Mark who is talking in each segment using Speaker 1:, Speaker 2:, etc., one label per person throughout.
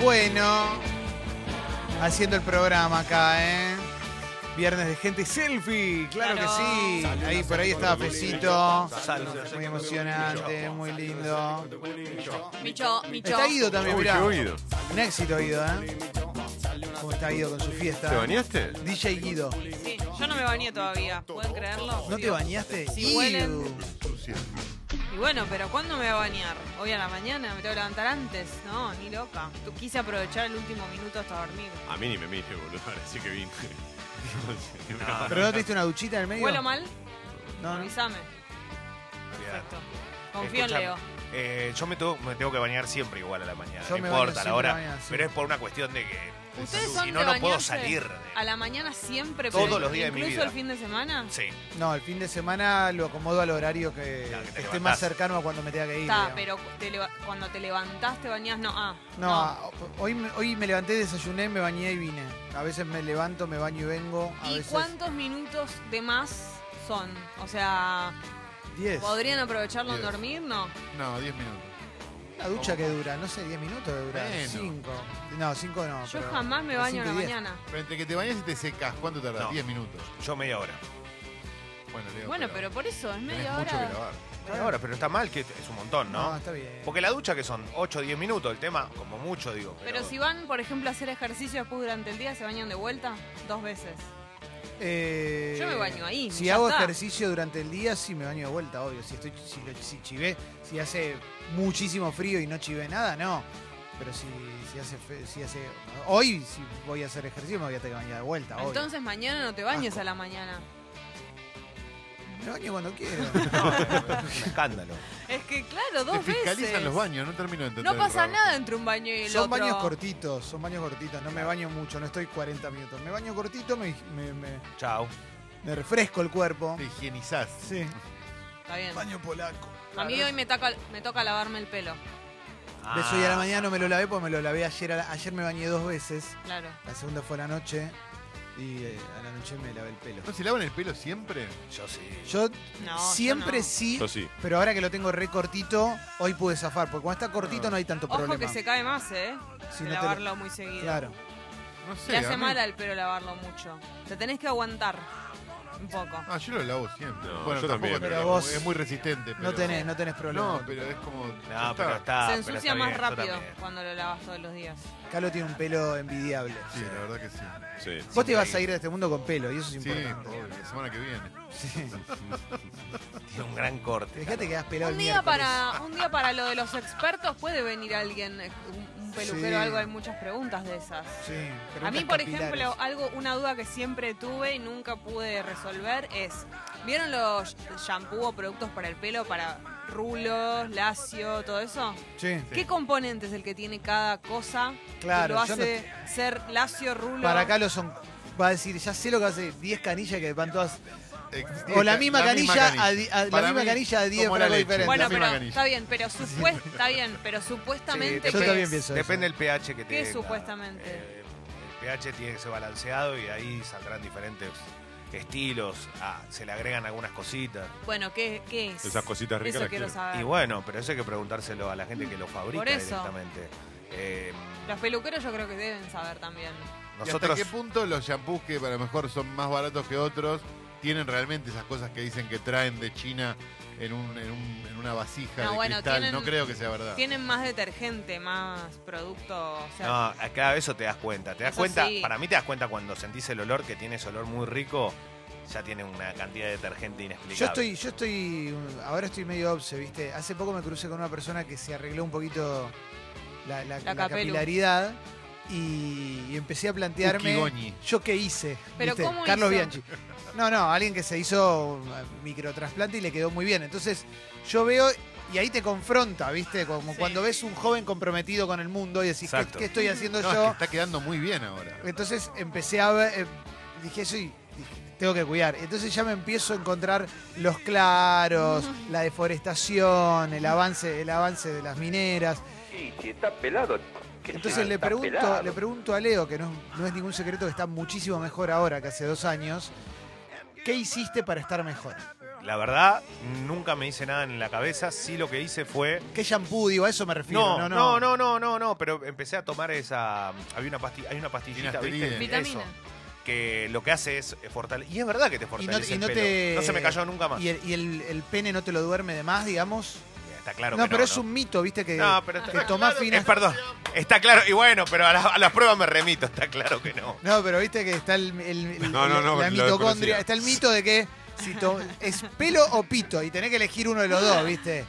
Speaker 1: Bueno, haciendo el programa acá, ¿eh? Viernes de gente selfie, claro,
Speaker 2: Claro.
Speaker 1: que sí.
Speaker 3: Saludos,
Speaker 1: ahí por ahí
Speaker 3: saludos,
Speaker 1: estaba
Speaker 3: saludos,
Speaker 1: Fecito.
Speaker 3: saludos.
Speaker 1: Muy emocionante, muy lindo.
Speaker 2: Micho, Micho.
Speaker 1: Está Guido también,
Speaker 3: Uy,
Speaker 1: mirá.
Speaker 3: qué oído.
Speaker 1: Un éxito Guido, ¿eh? ¿Cómo está Guido con su fiesta?
Speaker 3: ¿Te bañaste?
Speaker 1: DJ Guido.
Speaker 2: Sí, yo no me bañé todavía. ¿Pueden creerlo?
Speaker 1: ¿No te bañaste?
Speaker 2: Sí,
Speaker 1: Iu.
Speaker 2: huelen. Y bueno, pero ¿cuándo me voy a bañar? Hoy a la mañana, me tengo que levantar antes. No, ni loca. Tú quise aprovechar el último minuto hasta dormir.
Speaker 3: A mí ni me mire, boludo, así que vine.
Speaker 1: ¿Pero no te diste una duchita en el medio?
Speaker 2: ¿Huelo mal?
Speaker 4: Ah.
Speaker 1: No, no.
Speaker 2: Avísame. Perfecto. Confío en
Speaker 4: Escuchame,
Speaker 2: Leo.
Speaker 4: eh, yo me, tengo- me tengo que bañar siempre igual a la mañana.
Speaker 1: Yo me
Speaker 4: no
Speaker 1: baño
Speaker 4: importa la
Speaker 1: siempre
Speaker 4: hora.
Speaker 1: a la mañana, sí.
Speaker 4: Pero es por una cuestión de que.
Speaker 2: ¿Ustedes
Speaker 4: si
Speaker 2: son
Speaker 4: no,
Speaker 2: de
Speaker 4: no puedo
Speaker 2: bañarse
Speaker 4: salir. de-
Speaker 2: a la mañana siempre?
Speaker 4: Todos
Speaker 2: pero
Speaker 4: los días de mi
Speaker 2: ¿Incluso
Speaker 4: vida.
Speaker 2: el fin de semana?
Speaker 4: Sí.
Speaker 1: No, el fin de semana lo acomodo al horario que,
Speaker 4: Claro, que te
Speaker 1: que esté
Speaker 4: levantás.
Speaker 1: más cercano a cuando me tenga que ir.
Speaker 2: Está,
Speaker 1: digamos.
Speaker 2: pero te leva- cuando te levantás te bañás, no. Ah,
Speaker 1: No, a- hoy, me- hoy me levanté, desayuné, me bañé y vine. A veces me levanto, me baño y vengo. A
Speaker 2: ¿Y
Speaker 1: veces
Speaker 2: cuántos minutos de más son? O sea,
Speaker 1: 10.
Speaker 2: ¿podrían aprovecharlo en
Speaker 5: Diez.
Speaker 2: dormir? No.
Speaker 5: No, 10 minutos.
Speaker 1: Una ducha que dura, no sé, 10 minutos de durar.
Speaker 5: Menos.
Speaker 1: 5. No, 5 no.
Speaker 2: Yo
Speaker 1: pero
Speaker 2: jamás me
Speaker 1: a
Speaker 2: baño en la
Speaker 1: cinco y diez.
Speaker 2: mañana.
Speaker 5: Pero entre que te bañas y te secas, ¿cuánto tardas?
Speaker 4: No.
Speaker 5: 10 minutos.
Speaker 4: Yo media hora.
Speaker 5: Bueno, Leo,
Speaker 2: Bueno, pero por eso, es
Speaker 5: tenés
Speaker 2: media
Speaker 5: mucho que
Speaker 2: hora.
Speaker 5: lavar.
Speaker 4: Media hora, pero está mal que es un montón,
Speaker 1: No,
Speaker 4: ¿no?
Speaker 1: está bien.
Speaker 4: Porque la ducha que son 8 o 10 minutos, el tema, como mucho digo.
Speaker 2: Pero si van, por ejemplo, a hacer ejercicio después durante el día, se bañan de vuelta dos veces.
Speaker 1: Eh,
Speaker 2: Yo me baño ahí,
Speaker 1: Si
Speaker 2: ya
Speaker 1: hago
Speaker 2: está.
Speaker 1: ejercicio durante el día, sí me baño de vuelta, obvio. Si, estoy, si, lo- si chivé, si hace muchísimo frío y no chivé nada, no. Pero si, si hace. fe- Si hace hoy, si voy a hacer ejercicio, me voy a tener que bañar de vuelta, Ah, obvio.
Speaker 2: Entonces mañana no te bañes
Speaker 1: Asco.
Speaker 2: a la mañana.
Speaker 1: Me baño cuando quiero.
Speaker 4: Un escándalo.
Speaker 2: Es que claro,
Speaker 5: Te
Speaker 2: dos veces.
Speaker 5: fiscalizan los baños, no termino de entender.
Speaker 2: No pasa
Speaker 5: Raúl.
Speaker 2: nada entre un baño y el
Speaker 1: Son
Speaker 2: otro.
Speaker 1: baños cortitos, son baños cortitos, no me baño mucho, no estoy 40 minutos. Me baño cortito, me, me- me-
Speaker 4: Chao.
Speaker 1: me refresco el cuerpo.
Speaker 5: Te higienizás.
Speaker 1: Sí.
Speaker 2: Está bien.
Speaker 1: Baño polaco.
Speaker 2: A mí hoy me toca, me toca lavarme el pelo,
Speaker 5: Ah.
Speaker 1: De eso hoy a la mañana no me lo lavé porque me lo lavé ayer. a la- ayer me bañé dos veces,
Speaker 2: claro.
Speaker 1: la segunda fue a la noche y eh, a la noche me lavé el pelo.
Speaker 5: ¿No se lavan el pelo siempre?
Speaker 4: Ah, Yo sí.
Speaker 1: Yo
Speaker 2: No,
Speaker 1: siempre
Speaker 2: yo no.
Speaker 1: sí,
Speaker 3: Yo sí.
Speaker 1: pero ahora que lo tengo re cortito, hoy pude zafar, porque cuando está cortito no hay tanto
Speaker 2: Ojo
Speaker 1: problema.
Speaker 2: que se cae más, ¿eh?
Speaker 1: Si no te
Speaker 2: De
Speaker 1: lo-
Speaker 2: lavarlo muy seguido.
Speaker 1: Claro.
Speaker 5: No sé.
Speaker 2: Le
Speaker 5: a
Speaker 2: hace
Speaker 5: mí-
Speaker 2: mal al pelo lavarlo mucho. Te tenés que aguantar un poco.
Speaker 5: Ah, yo lo lavo siempre.
Speaker 3: No,
Speaker 5: bueno,
Speaker 3: yo también,
Speaker 5: tampoco
Speaker 3: pero
Speaker 5: es-
Speaker 1: vos-
Speaker 5: es muy resistente. Pero...
Speaker 1: No tenés, no tenés problema.
Speaker 5: No, pero es como.
Speaker 4: No, pero está.
Speaker 2: Se
Speaker 4: pero
Speaker 2: ensucia
Speaker 4: está
Speaker 2: más
Speaker 4: bien, yo
Speaker 2: rápido
Speaker 4: también.
Speaker 2: cuando lo lavas todos los días.
Speaker 1: Calo tiene un pelo envidiable.
Speaker 5: Sí, la verdad que sí.
Speaker 3: Sí.
Speaker 1: Vos te vas a ir de este mundo con pelo, y eso es
Speaker 5: Sí,
Speaker 1: importante.
Speaker 5: obvio, la semana que viene.
Speaker 4: Tiene un gran corte.
Speaker 1: Dejate que das pelado
Speaker 2: Un
Speaker 1: el
Speaker 2: día,
Speaker 1: miércoles.
Speaker 2: para, un día para lo de los expertos puede venir alguien, eh, un, un peluquero
Speaker 1: Sí.
Speaker 2: o algo, hay muchas preguntas de esas.
Speaker 1: Sí,
Speaker 2: A mí,
Speaker 1: preguntas
Speaker 2: por
Speaker 1: capilares.
Speaker 2: ejemplo, algo, una duda que siempre tuve y nunca pude resolver es, ¿vieron los shampoo o productos para el pelo, para rulos, lacio, todo eso?
Speaker 1: Sí.
Speaker 2: ¿Qué componente es el que tiene cada cosa
Speaker 1: Claro, yo
Speaker 2: que lo
Speaker 1: no-
Speaker 2: hace ser lacio, rulo?
Speaker 1: Para Calo son. Va a decir, ya sé lo que hace 10 canillas que van todas.
Speaker 5: Ex-
Speaker 1: O la misma canilla a di- a- la
Speaker 5: Para
Speaker 1: misma
Speaker 5: mí,
Speaker 1: canilla a diez
Speaker 5: como la
Speaker 1: frascos
Speaker 5: leche,
Speaker 1: diferentes.
Speaker 2: Bueno,
Speaker 5: la misma
Speaker 2: pero
Speaker 5: canilla.
Speaker 2: está bien, pero supuest- está bien, pero
Speaker 4: Sí,
Speaker 2: supuestamente
Speaker 1: Yo
Speaker 2: ¿qué
Speaker 1: también
Speaker 2: es?
Speaker 1: pienso eso.
Speaker 4: Depende del pH que
Speaker 2: ¿Qué
Speaker 4: tenga.
Speaker 2: es supuestamente?
Speaker 4: Eh, el pH tiene que ser balanceado y ahí saldrán diferentes estilos. Ah, se le agregan algunas cositas.
Speaker 2: Bueno, ¿qué, qué es?
Speaker 3: Esas cositas ricas
Speaker 2: Eso
Speaker 3: las
Speaker 2: quiero
Speaker 3: quiero.
Speaker 2: saber.
Speaker 4: Y bueno, pero eso hay que preguntárselo a la gente que lo fabrica
Speaker 2: Por eso.
Speaker 4: directamente. Eh,
Speaker 2: Los peluqueros yo creo que deben saber también.
Speaker 5: ¿Y
Speaker 4: nosotros.
Speaker 5: ¿Hasta qué punto los shampoos que para lo mejor son más baratos que otros tienen realmente esas cosas que dicen que traen de China en, un, en, un- en una vasija
Speaker 2: No,
Speaker 5: de
Speaker 2: bueno,
Speaker 5: cristal?
Speaker 2: tienen-
Speaker 5: no creo que sea verdad.
Speaker 2: Tienen más detergente, más producto. O sea,
Speaker 4: No, cada vez eso te das cuenta. Te das
Speaker 2: Eso
Speaker 4: cuenta,
Speaker 2: sí.
Speaker 4: para mí te das cuenta cuando sentís el olor que tiene ese olor muy rico, ya tiene una cantidad de detergente inexplicable.
Speaker 1: Yo estoy, yo estoy. Ahora estoy medio obse, ¿viste? Hace poco me crucé con una persona que se arregló un poquito la, la-
Speaker 2: La
Speaker 1: la
Speaker 2: capelu.
Speaker 1: capilaridad y, y empecé a plantearme.
Speaker 5: Ukigoñi.
Speaker 1: ¿Yo qué hice?
Speaker 2: Pero
Speaker 1: ¿viste?
Speaker 2: ¿cómo
Speaker 1: Carlos
Speaker 2: hizo?
Speaker 1: Bianchi. No, no, alguien que se hizo un, eh, microtrasplante y le quedó muy bien. Entonces, yo veo y ahí te confronta, ¿viste? Como
Speaker 2: Sí.
Speaker 1: cuando ves un joven comprometido con el mundo y decís, ¿qué,
Speaker 4: Exacto.
Speaker 1: qué estoy haciendo
Speaker 5: No, es que
Speaker 1: yo?
Speaker 5: está quedando muy bien ahora.
Speaker 1: Entonces empecé a ver, eh, dije eso y dije, tengo que cuidar. Entonces ya me empiezo a encontrar los claros, la deforestación, el avance, el avance de las mineras.
Speaker 6: Sí, si está pelado. que
Speaker 1: Entonces
Speaker 6: sea,
Speaker 1: le
Speaker 6: está
Speaker 1: pregunto,
Speaker 6: pelado.
Speaker 1: le pregunto a Leo, que no, no es ningún secreto que está muchísimo mejor ahora que hace dos años, ¿qué hiciste para estar mejor?
Speaker 4: La verdad, nunca me hice nada en la cabeza. Sí lo que hice fue...
Speaker 1: ¿Qué shampoo? Digo, a eso me refiero. No,
Speaker 4: No, no, no, no, no, no, pero empecé a tomar esa... mm, Había una, pasti- hay una pastillita,
Speaker 5: Finasteride.
Speaker 4: ¿viste?
Speaker 2: Vitamina.
Speaker 4: Eso, que lo que hace es fortalecer... Y es verdad que te
Speaker 1: Y
Speaker 4: fortalece
Speaker 1: no, y
Speaker 4: el
Speaker 1: no
Speaker 4: pelo.
Speaker 1: te.
Speaker 4: No se me cayó nunca más.
Speaker 1: ¿Y, el, y el- el pene no te lo duerme de más, digamos?
Speaker 4: Está claro
Speaker 1: no,
Speaker 4: que
Speaker 1: pero
Speaker 4: no,
Speaker 1: es
Speaker 4: ¿no?
Speaker 1: un mito, ¿viste? Que,
Speaker 4: No, pero está
Speaker 1: que tomás
Speaker 4: claro-
Speaker 1: finas-
Speaker 4: eh, perdón, está claro. Y bueno, pero a, la- a las pruebas me remito, está claro que no.
Speaker 1: No, pero viste que está el, el- el-
Speaker 5: No, no, no,
Speaker 1: la
Speaker 5: lo
Speaker 1: mitocondria.
Speaker 5: desconocía.
Speaker 1: Está el mito de que si to- es pelo o pito y tenés que elegir uno de los dos, ¿viste?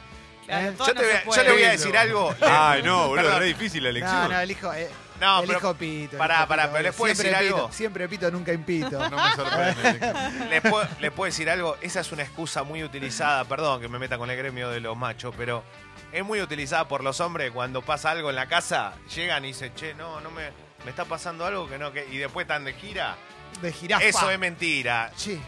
Speaker 2: Claro,
Speaker 1: ¿Eh?
Speaker 2: todo
Speaker 4: Yo, te
Speaker 2: no
Speaker 4: voy
Speaker 2: se
Speaker 4: a- yo
Speaker 2: puede.
Speaker 4: le voy a decir algo.
Speaker 5: Ay, no, boludo,
Speaker 4: Perdón.
Speaker 5: era difícil la
Speaker 1: No,
Speaker 5: elección.
Speaker 1: no, elijo, eh,
Speaker 4: No,
Speaker 1: elijo
Speaker 4: pero
Speaker 1: pito.
Speaker 4: pará,
Speaker 1: elijo
Speaker 4: pará,
Speaker 1: pito,
Speaker 4: pero ¿les puedo
Speaker 1: siempre
Speaker 4: decir
Speaker 1: pito,
Speaker 4: algo?
Speaker 1: Siempre pito, nunca impito.
Speaker 5: No me sorprende.
Speaker 4: le puedo, le puedo decir algo. Esa es una excusa muy utilizada. Perdón que me meta con el gremio de los machos, pero es muy utilizada por los hombres cuando pasa algo en la casa. Llegan y dicen, che, no, no me, me está pasando algo que no. Que, y después están de gira.
Speaker 1: De jirafa.
Speaker 4: Eso es mentira.
Speaker 1: Sí.
Speaker 4: Eh,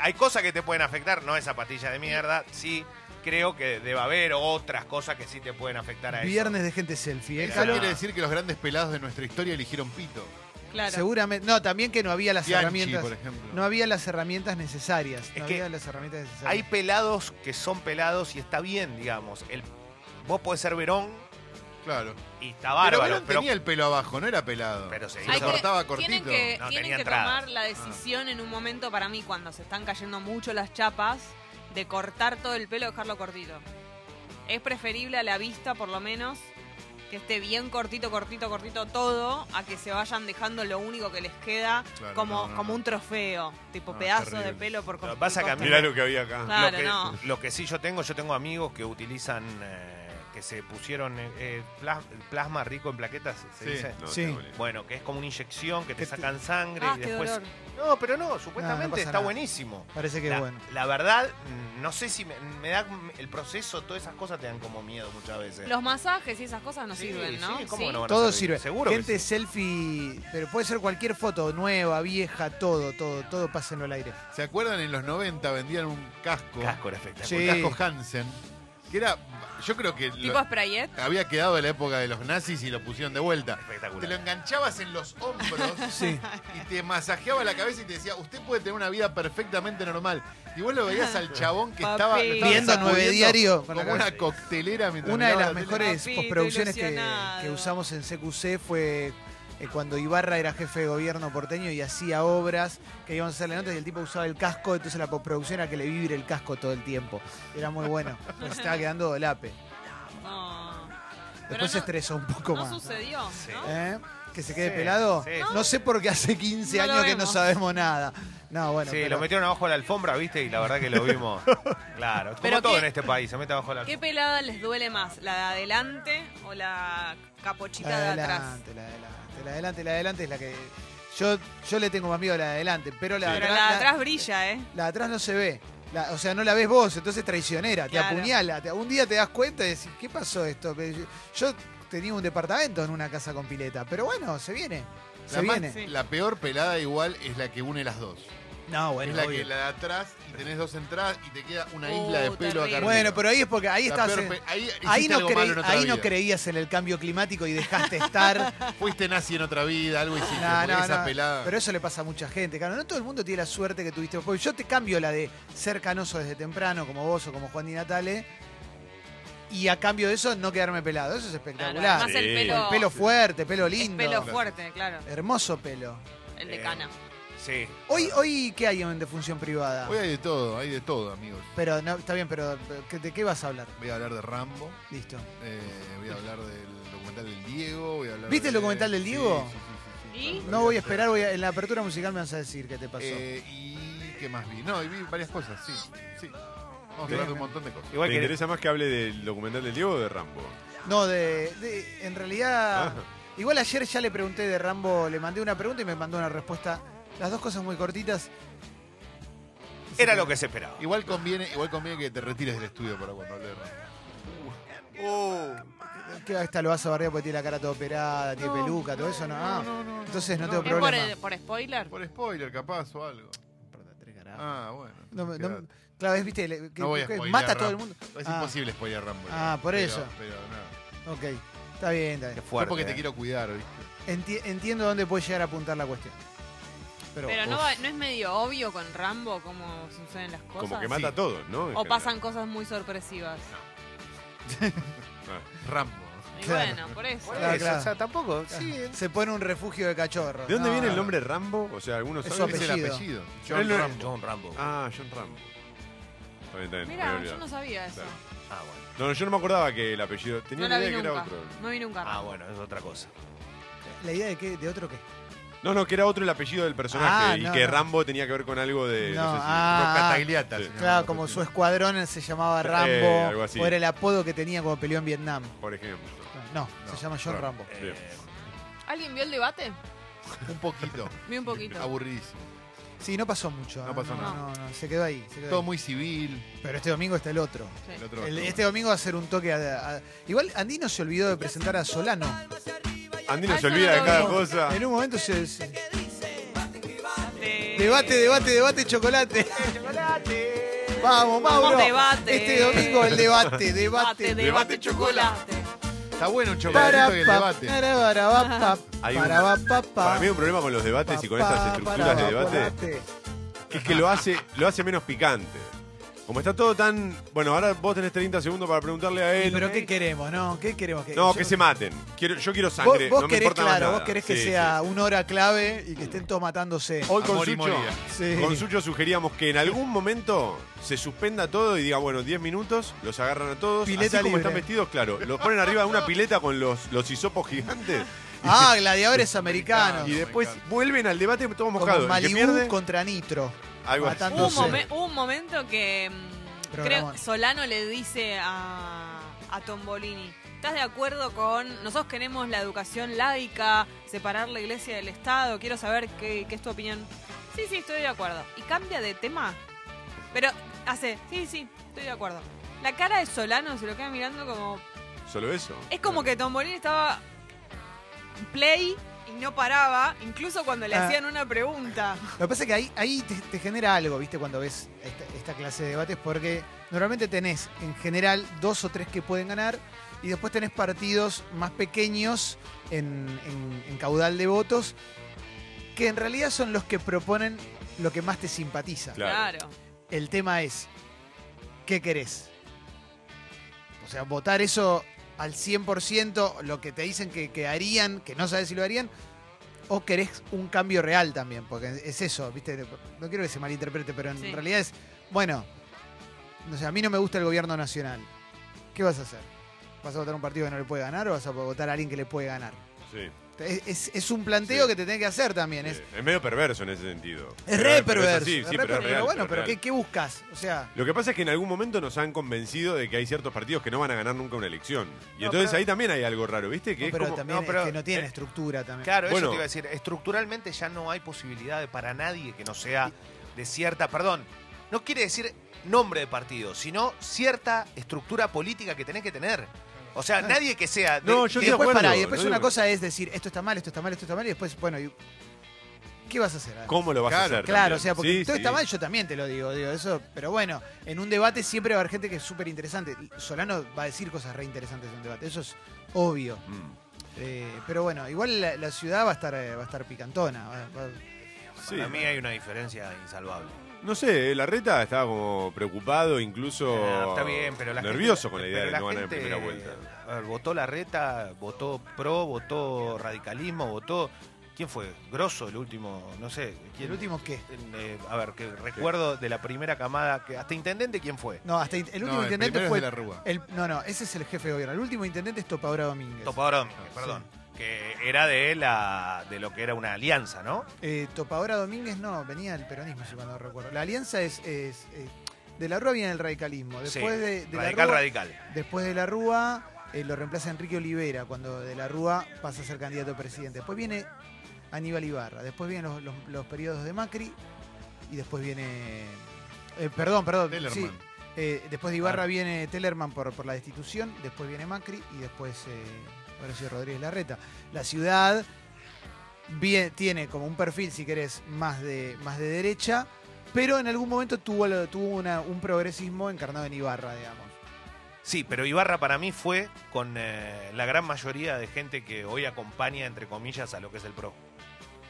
Speaker 4: Hay cosas que te pueden afectar, no esa pastilla de mierda. Sí, creo que debe haber otras cosas que sí te pueden afectar a eso.
Speaker 1: Viernes de gente selfie. ¿eh?
Speaker 5: Eso
Speaker 1: Calor-
Speaker 5: quiere decir que los grandes pelados de nuestra historia eligieron pito.
Speaker 2: Claro.
Speaker 1: Seguramente. No, también que no había las
Speaker 5: Bianchi,
Speaker 1: herramientas.
Speaker 5: por ejemplo.
Speaker 1: No había las herramientas necesarias.
Speaker 4: Es
Speaker 1: no
Speaker 4: que
Speaker 1: había las herramientas necesarias.
Speaker 4: Hay pelados que son pelados y está bien, digamos. El, vos podés ser Verón
Speaker 5: Claro.
Speaker 4: y está bárbaro,
Speaker 5: pero Verón
Speaker 4: pero,
Speaker 5: tenía el pelo abajo, no era pelado.
Speaker 4: pero se
Speaker 5: Hay
Speaker 4: hizo-
Speaker 5: que- cortaba
Speaker 2: tienen
Speaker 5: cortito.
Speaker 2: que,
Speaker 4: No,
Speaker 2: tienen
Speaker 4: tenía
Speaker 2: que
Speaker 4: entrada. Ah.
Speaker 2: tomar la decisión en un momento para mí cuando se están cayendo mucho las chapas de cortar todo el pelo y dejarlo cortito. Es preferible a la vista por lo menos que esté bien cortito, cortito, cortito todo a que se vayan dejando lo único que les queda
Speaker 5: Claro,
Speaker 2: como,
Speaker 5: no, no,
Speaker 2: como
Speaker 5: no.
Speaker 2: un trofeo, tipo
Speaker 5: No,
Speaker 2: pedazo
Speaker 5: terrible.
Speaker 2: de pelo por Ah,
Speaker 4: Pero
Speaker 2: cortar.
Speaker 4: Ah, vas a
Speaker 5: Mirá
Speaker 4: cambiar-
Speaker 5: lo que había acá.
Speaker 2: Claro,
Speaker 4: lo, que,
Speaker 2: no.
Speaker 4: lo que sí yo tengo, yo tengo amigos que utilizan, eh, que se pusieron eh, eh, plas- plasma rico en plaquetas, se
Speaker 5: Sí.
Speaker 4: dice.
Speaker 5: No,
Speaker 1: Sí.
Speaker 5: tengo ni idea.
Speaker 4: Bueno, que es como una inyección que
Speaker 1: Que
Speaker 4: te
Speaker 1: te-
Speaker 4: sacan sangre
Speaker 2: Ah,
Speaker 4: y
Speaker 2: qué
Speaker 4: después.
Speaker 2: dolor.
Speaker 4: No, pero no, supuestamente
Speaker 1: pasa
Speaker 4: está
Speaker 1: nada.
Speaker 4: buenísimo.
Speaker 1: Parece que
Speaker 4: la,
Speaker 1: bueno.
Speaker 4: la verdad, mm, no sé si me, me da el proceso, todas esas cosas te dan como miedo muchas veces.
Speaker 2: Los masajes y esas cosas no
Speaker 4: Sí,
Speaker 2: sirven, ¿no?
Speaker 4: sí, ¿cómo
Speaker 2: Sí.
Speaker 4: no van a
Speaker 1: Todo
Speaker 4: servir?
Speaker 1: sirve.
Speaker 4: Seguro que
Speaker 1: Gente
Speaker 4: sí.
Speaker 1: selfie, pero puede ser cualquier foto, nueva, vieja, todo, todo, todo pásenlo al aire.
Speaker 5: ¿Se acuerdan? En los 90 vendían un casco.
Speaker 4: Casco era espectacular.
Speaker 1: Sí.
Speaker 5: Un casco Hansen. Que era. Yo creo que. lo-
Speaker 2: Tipo sprayet.
Speaker 5: había quedado de la época de los nazis y lo pusieron de vuelta. Te lo
Speaker 4: Espectacular.
Speaker 5: enganchabas en los hombros
Speaker 1: Sí.
Speaker 5: y te masajeaba la cabeza y te decía, usted puede tener una vida perfectamente normal. Y vos lo veías al chabón que estaba, lo estaba
Speaker 1: Viendo
Speaker 5: sacudiendo
Speaker 1: Nueve Diario con la
Speaker 5: como una
Speaker 1: cabeza.
Speaker 5: coctelera mientras
Speaker 1: Una de
Speaker 5: miraba
Speaker 1: las
Speaker 5: la tele.
Speaker 1: mejores
Speaker 2: Papito
Speaker 1: postproducciones que,
Speaker 2: ilusionado.
Speaker 1: que usamos en CQC fue eh, cuando Ibarra era jefe de gobierno porteño y hacía obras que íbamos a hacerle notas y el tipo usaba el casco, entonces la postproducción era que le vibre el casco todo el tiempo. Era muy bueno. Nos estaba quedando dolape.
Speaker 2: No.
Speaker 1: Después
Speaker 2: Pero
Speaker 1: se
Speaker 2: no-
Speaker 1: estresó un poco
Speaker 2: no
Speaker 1: más.
Speaker 2: sucedió, ¿no?
Speaker 4: Sí.
Speaker 1: ¿Eh? ¿Que se quede
Speaker 4: Sí,
Speaker 1: pelado?
Speaker 4: sí.
Speaker 1: No sé por qué hace 15
Speaker 2: No lo
Speaker 1: años que no
Speaker 2: vemos.
Speaker 1: sabemos nada. No, bueno.
Speaker 4: sí,
Speaker 1: pero-
Speaker 4: lo metieron abajo de la alfombra, ¿viste? Y la verdad que lo vimos. claro. Como
Speaker 2: Pero
Speaker 4: todo
Speaker 2: qué-
Speaker 4: en este país, se mete abajo de la
Speaker 2: ¿Qué
Speaker 4: alfombra.
Speaker 2: pelada les duele más? ¿La de adelante o la capochita
Speaker 1: La de
Speaker 2: de atrás?
Speaker 1: adelante, la de adelante, la de adelante, la de adelante es la que. Yo, yo le tengo más miedo a la de adelante, pero la de
Speaker 2: Pero
Speaker 1: atrás.
Speaker 2: la de atrás brilla, ¿eh?
Speaker 1: la de atrás no se ve. La- o sea, no la ves vos, entonces traicionera,
Speaker 2: Claro.
Speaker 1: te apuñala. te- un día te das cuenta y decís, ¿qué pasó esto? Pero Yo, yo tenía un departamento en una casa con pileta, pero bueno, se viene. Se
Speaker 5: La, más-
Speaker 1: viene.
Speaker 2: Sí.
Speaker 5: la peor pelada igual es la que une las dos.
Speaker 1: No, bueno,
Speaker 5: es la
Speaker 1: obvio.
Speaker 5: que la de atrás y tenés dos entradas y te queda una
Speaker 2: Uh,
Speaker 5: isla de pelo acá
Speaker 2: terrible.
Speaker 5: arriba.
Speaker 1: bueno, pero ahí es porque ahí
Speaker 5: La
Speaker 1: estabas.
Speaker 5: peor
Speaker 1: en-
Speaker 5: pe- ahí,
Speaker 1: Ahí,
Speaker 5: hiciste
Speaker 1: no,
Speaker 5: algo
Speaker 1: creí-
Speaker 5: malo en otra
Speaker 1: ahí no
Speaker 5: vida.
Speaker 1: creías en el cambio climático y dejaste estar.
Speaker 5: Fuiste nazi en otra vida, algo hiciste.
Speaker 1: No,
Speaker 5: porque
Speaker 1: no,
Speaker 5: esa
Speaker 1: no.
Speaker 5: pelada.
Speaker 1: Pero eso le pasa a mucha gente, claro. No todo el mundo tiene la suerte que tuviste. vos. Porque yo te cambio la de ser canoso desde temprano, como vos o como Juan Di Natale, y a cambio de eso no quedarme pelado. Eso es espectacular.
Speaker 2: Claro, además
Speaker 3: Sí.
Speaker 2: el pelo,
Speaker 1: El pelo fuerte, pelo
Speaker 2: es
Speaker 1: lindo.
Speaker 2: pelo fuerte, claro.
Speaker 1: Hermoso pelo.
Speaker 2: El de
Speaker 4: Eh,
Speaker 2: cana.
Speaker 4: Sí.
Speaker 1: Hoy, hoy ¿qué hay en defunción privada?
Speaker 5: Hoy hay de todo, hay de todo, amigos.
Speaker 1: Pero no, está bien, pero ¿qué- ¿de qué vas a hablar?
Speaker 5: Voy a hablar de Rambo,
Speaker 1: Listo.
Speaker 5: eh, voy a hablar del documental del Diego. Voy a hablar
Speaker 1: ¿Viste el
Speaker 5: de-
Speaker 1: documental del
Speaker 5: Sí,
Speaker 1: Diego?
Speaker 5: sí, sí, sí, sí,
Speaker 2: ¿Y?
Speaker 5: claro,
Speaker 1: No
Speaker 5: lo
Speaker 1: voy a
Speaker 5: hacer.
Speaker 1: esperar, voy a- en la apertura musical me vas a decir qué te pasó.
Speaker 5: Eh, ¿Y qué más vi? No, y vi varias cosas, sí. sí. Vamos a hablar de un montón de cosas.
Speaker 4: Igual
Speaker 3: ¿Te
Speaker 4: que
Speaker 3: interesa más que hable del documental del Diego o de Rambo?
Speaker 1: No, de, de- en realidad.
Speaker 3: Ah.
Speaker 1: Igual ayer ya le pregunté de Rambo, le mandé una pregunta y me mandó una respuesta. Las dos cosas muy cortitas.
Speaker 4: era lo que se esperaba.
Speaker 5: Igual conviene, igual conviene que te retires del estudio para cuando hable de Rambo.
Speaker 1: Que hasta lo vas a barrer porque tiene la cara toda operada, tiene peluca, todo eso, no. ah. Entonces no, tengo
Speaker 2: ¿Es por,
Speaker 1: problema.
Speaker 2: el- por spoiler?
Speaker 5: Por spoiler, capaz o algo. Ah, bueno.
Speaker 1: No me- no me-
Speaker 5: Queda-
Speaker 1: claro, es, viste, le- que-
Speaker 5: No voy a
Speaker 1: que
Speaker 5: spoilear
Speaker 1: mata a todo el
Speaker 5: Rambo.
Speaker 1: mundo.
Speaker 5: Es
Speaker 1: Ah,
Speaker 5: imposible spoiler Rambo.
Speaker 1: Ah, por
Speaker 5: Pero-
Speaker 1: eso.
Speaker 5: Pero no.
Speaker 1: Ok, está bien, está
Speaker 4: Qué
Speaker 1: bien.
Speaker 5: Yo
Speaker 4: fuerte.
Speaker 5: porque te
Speaker 4: eh.
Speaker 5: quiero cuidar, ¿viste?
Speaker 1: Enti- entiendo dónde puede llegar a apuntar la cuestión. Pero,
Speaker 2: Pero
Speaker 1: bueno.
Speaker 2: no, va- no es medio obvio con Rambo cómo suceden las cosas.
Speaker 3: Como que mata
Speaker 5: Sí.
Speaker 3: a todos, ¿no? En
Speaker 2: o
Speaker 3: general.
Speaker 2: pasan cosas muy sorpresivas.
Speaker 3: Ah,
Speaker 5: Rambo.
Speaker 2: Y
Speaker 1: Claro.
Speaker 2: bueno, por eso.
Speaker 4: Por
Speaker 1: Claro,
Speaker 4: eso,
Speaker 1: claro.
Speaker 4: O sea,
Speaker 3: Ah.
Speaker 4: tampoco. Sí, eh.
Speaker 1: Se pone un refugio de cachorro.
Speaker 3: ¿De dónde
Speaker 1: No,
Speaker 3: viene el
Speaker 1: no.
Speaker 3: nombre Rambo? O sea, algunos
Speaker 1: Es su
Speaker 3: saben.
Speaker 5: Es el
Speaker 1: Apellido.
Speaker 5: apellido.
Speaker 3: Él
Speaker 5: John
Speaker 3: no-
Speaker 5: Rambo.
Speaker 4: John Rambo.
Speaker 3: Ah, John Rambo. Está bien, está bien, me había
Speaker 2: Mira, yo
Speaker 3: olvidado.
Speaker 2: no sabía eso.
Speaker 3: Claro.
Speaker 4: Ah, bueno.
Speaker 3: No, no, yo no me acordaba que el apellido. Tenía
Speaker 2: No
Speaker 3: una
Speaker 2: la
Speaker 3: idea
Speaker 2: vi
Speaker 3: que era
Speaker 2: nunca.
Speaker 3: otro.
Speaker 2: No vi nunca.
Speaker 4: Ah, bueno, es otra cosa.
Speaker 1: ¿La idea de qué? ¿De otro qué?
Speaker 3: No, no, que era otro el apellido del personaje
Speaker 1: Ah,
Speaker 3: y
Speaker 1: no,
Speaker 3: que
Speaker 1: no.
Speaker 3: Rambo tenía que ver con algo de. Eh, No,
Speaker 1: No,
Speaker 3: sé si.
Speaker 1: ah.
Speaker 5: Catagliata.
Speaker 3: Sí.
Speaker 5: se llama
Speaker 1: Claro,
Speaker 5: la
Speaker 1: como su
Speaker 5: película.
Speaker 1: escuadrón se llamaba
Speaker 3: Eh,
Speaker 1: Rambo,
Speaker 3: algo así.
Speaker 1: o era el apodo que tenía cuando peleó en Vietnam.
Speaker 3: Por ejemplo.
Speaker 1: No,
Speaker 5: No,
Speaker 1: se llama John Rambo.
Speaker 4: Eh,
Speaker 2: ¿Alguien vio el debate?
Speaker 5: Un poquito.
Speaker 2: Vi un poquito.
Speaker 5: Aburridísimo.
Speaker 1: Sí, no pasó mucho.
Speaker 5: No pasó
Speaker 2: nada.
Speaker 1: No, no, se quedó ahí. se quedó
Speaker 5: Todo
Speaker 1: ahí.
Speaker 5: muy civil.
Speaker 1: Pero este domingo está el otro.
Speaker 2: Sí.
Speaker 5: El otro
Speaker 1: El-
Speaker 5: actor.
Speaker 1: este domingo va a ser un toque a, a- Igual Andino se olvidó de presentar a Solano.
Speaker 3: Andino
Speaker 2: Ah,
Speaker 3: se
Speaker 2: yo
Speaker 3: olvida
Speaker 2: no
Speaker 3: de
Speaker 2: lo
Speaker 3: cada
Speaker 2: vi.
Speaker 3: cosa.
Speaker 1: En un momento se... se-
Speaker 2: Eh,
Speaker 1: Debate, debate, debate, chocolate. Vamos,
Speaker 2: Vamos,
Speaker 1: Mauro.
Speaker 2: debate.
Speaker 1: Este domingo el debate, debate.
Speaker 2: Debate, debate, chocolate.
Speaker 5: Está bueno un
Speaker 1: Para,
Speaker 5: chocolatito y el
Speaker 1: pa,
Speaker 5: debate.
Speaker 1: para, para, va, pa,
Speaker 3: Hay
Speaker 1: para,
Speaker 3: un-
Speaker 1: va, pa, pa,
Speaker 3: Para mí hay un problema con los debates y con
Speaker 1: pa,
Speaker 3: estas
Speaker 1: pa,
Speaker 3: estructuras
Speaker 1: para,
Speaker 3: de
Speaker 1: va,
Speaker 3: debate que es que lo hace, lo hace menos picante. Como está todo tan. Bueno, ahora vos tenés 30 segundos para preguntarle a
Speaker 1: Y
Speaker 3: él.
Speaker 1: Pero ¿qué queremos, no? ¿Qué queremos? Que,
Speaker 3: No,
Speaker 1: yo-
Speaker 3: que se maten. Quiero, yo quiero
Speaker 1: Vos,
Speaker 3: sangre.
Speaker 1: vos
Speaker 3: no me
Speaker 1: querés,
Speaker 3: importa más
Speaker 1: claro,
Speaker 3: nada.
Speaker 1: vos querés que
Speaker 3: Sí,
Speaker 1: sea
Speaker 3: sí.
Speaker 1: una hora clave y que estén todos matándose.
Speaker 3: Hoy con
Speaker 5: Amor y
Speaker 3: Sucho,
Speaker 5: moría.
Speaker 1: Sí.
Speaker 3: con Sucho sugeríamos que en algún momento se suspenda todo y diga, bueno, 10 minutos, los agarran a todos. así
Speaker 1: Pileta
Speaker 3: como
Speaker 1: libre.
Speaker 3: están vestidos, claro. Los ponen arriba de una pileta con los, los hisopos gigantes.
Speaker 1: Ah, gladiadores americanos.
Speaker 3: Y
Speaker 5: me
Speaker 3: después
Speaker 5: encanta.
Speaker 3: vuelven al debate todos
Speaker 1: Como
Speaker 3: mojados. El que
Speaker 1: Malibu
Speaker 3: pierde,
Speaker 1: contra Nitro.
Speaker 3: algo así.
Speaker 1: matando.
Speaker 2: Hubo un,
Speaker 1: Entonces-
Speaker 2: momen- hubo un momento que mm, creo
Speaker 1: Programón.
Speaker 2: que Solano le dice a, a Tombolini, ¿estás de acuerdo con nosotros queremos la educación laica, separar la iglesia del Estado? Quiero saber qué, qué es tu opinión. Sí, sí, estoy de acuerdo. Y cambia de tema. Pero hace, sí, sí, estoy de acuerdo. La cara de Solano se lo queda mirando como...
Speaker 3: Solo eso.
Speaker 2: Es como que Tombolini estaba play y no paraba, incluso cuando le
Speaker 1: Ah.
Speaker 2: hacían una pregunta.
Speaker 1: Lo que pasa es que ahí, ahí te, te genera algo, ¿viste? Cuando ves esta, esta clase de debates, porque normalmente tenés en general dos o tres que pueden ganar y después tenés partidos más pequeños en, en- en caudal de votos que en realidad son los que proponen lo que más te simpatiza.
Speaker 3: Claro.
Speaker 2: claro.
Speaker 1: El tema es, ¿qué querés? O sea, votar eso al 100%, lo que te dicen que, que harían, que no sabes si lo harían, o querés un cambio real también, porque es eso, ¿viste? No quiero que se malinterprete, pero en
Speaker 2: Sí.
Speaker 1: realidad es, bueno, no sé, a mí no me gusta el gobierno nacional. ¿Qué vas a hacer? ¿Vas a votar a un partido que no le puede ganar o vas a votar a alguien que le puede ganar?
Speaker 3: Sí.
Speaker 1: Es, es- es un planteo
Speaker 3: Sí.
Speaker 1: que te tenés que hacer también. Es,
Speaker 3: Sí, Es medio perverso en ese sentido.
Speaker 1: es
Speaker 3: Pero-
Speaker 1: re
Speaker 3: pero es
Speaker 1: perverso.
Speaker 3: así,
Speaker 1: es
Speaker 3: sí,
Speaker 1: re
Speaker 3: pero es
Speaker 1: perverso,
Speaker 3: real,
Speaker 1: bueno,
Speaker 3: pero
Speaker 1: pero
Speaker 3: es
Speaker 1: ¿qué,
Speaker 3: real.
Speaker 1: ¿qué buscas? O sea...
Speaker 3: Lo que pasa es que en algún momento nos han convencido de que hay ciertos partidos que no van a ganar nunca una elección. Y
Speaker 4: No,
Speaker 3: entonces
Speaker 4: pero-
Speaker 3: ahí también hay algo raro, ¿viste? Que
Speaker 1: No,
Speaker 3: es
Speaker 1: pero
Speaker 3: como-
Speaker 1: también
Speaker 4: no, pero-
Speaker 1: es que no tiene
Speaker 4: eh,
Speaker 1: estructura también.
Speaker 4: Claro,
Speaker 3: Bueno.
Speaker 4: eso te iba a decir. Estructuralmente ya no hay posibilidad de- para nadie que no sea de cierta. Perdón, no quiere decir nombre de partido, sino cierta estructura política que tenés que tener. O sea, nadie que sea. de-
Speaker 3: Ah. No, yo
Speaker 1: y
Speaker 4: que-
Speaker 3: estoy de
Speaker 1: después,
Speaker 3: acuerdo,
Speaker 1: pará, y después
Speaker 3: no
Speaker 1: una
Speaker 3: digo-
Speaker 1: cosa es decir, esto está mal, esto está mal, esto está mal, y después, bueno, y- ¿qué vas a hacer? ahora?
Speaker 3: ¿Cómo lo vas
Speaker 5: Claro,
Speaker 3: a hacer? también?
Speaker 1: Claro, o sea, porque
Speaker 3: Sí,
Speaker 1: todo
Speaker 3: sí.
Speaker 1: está mal, yo también te lo digo, digo eso, pero bueno, en un debate siempre va a haber gente que es súper interesante. Solano va a decir cosas re interesantes en un debate, eso es obvio.
Speaker 3: Mm.
Speaker 1: Eh, pero bueno, igual la, la ciudad va a estar eh, va a estar picantona. va- va-
Speaker 3: Sí.
Speaker 4: Para mí hay una diferencia insalvable.
Speaker 3: No sé, la reta estaba como preocupado, incluso
Speaker 4: Ah, está bien, pero la gente-
Speaker 3: nervioso con la idea
Speaker 4: pero
Speaker 3: de no ganar
Speaker 4: gente,
Speaker 3: en primera vuelta.
Speaker 4: a ver, votó la reta, votó pro, votó radicalismo, votó. ¿Quién fue? Grosso, el último, no sé. ¿quién?
Speaker 1: ¿El último qué?
Speaker 4: Eh, a ver, que recuerdo de la primera camada, que hasta intendente, ¿quién fue?
Speaker 1: No, hasta in- el último
Speaker 5: No, el
Speaker 1: intendente
Speaker 5: primero es
Speaker 1: fue.
Speaker 5: de la Rúa.
Speaker 1: el- no, no, ese es el jefe de gobierno. El último intendente es Topadora Domínguez.
Speaker 4: Topadora
Speaker 3: Ah,
Speaker 4: Domínguez, perdón. Que era de la de lo que era una alianza, ¿no?
Speaker 1: Eh, Topadora Domínguez no, venía del peronismo, si mal no recuerdo. La alianza es. es, eh, de la Rúa viene el radicalismo. Después
Speaker 4: Sí,
Speaker 1: de, de
Speaker 4: radical,
Speaker 1: la Rúa,
Speaker 4: radical.
Speaker 1: Después de la Rúa eh, lo reemplaza Enrique Olivera, cuando de la Rúa pasa a ser candidato a presidente. Después viene Aníbal Ibarra. Después vienen los, los- los periodos de Macri. Y después viene. eh, perdón, perdón.
Speaker 5: Tellerman.
Speaker 1: sí, eh, después de Ibarra
Speaker 4: Ah.
Speaker 1: viene Tellerman por, por la destitución, después viene Macri y después eh, Horacio Rodríguez Larreta. La ciudad vie- tiene como un perfil, si querés, más de, más de derecha, pero en algún momento tuvo, lo- tuvo una- un progresismo encarnado en Ibarra, digamos.
Speaker 4: Sí, pero Ibarra para mí fue con eh, la gran mayoría de gente que hoy acompaña, entre comillas, a lo que es el PRO.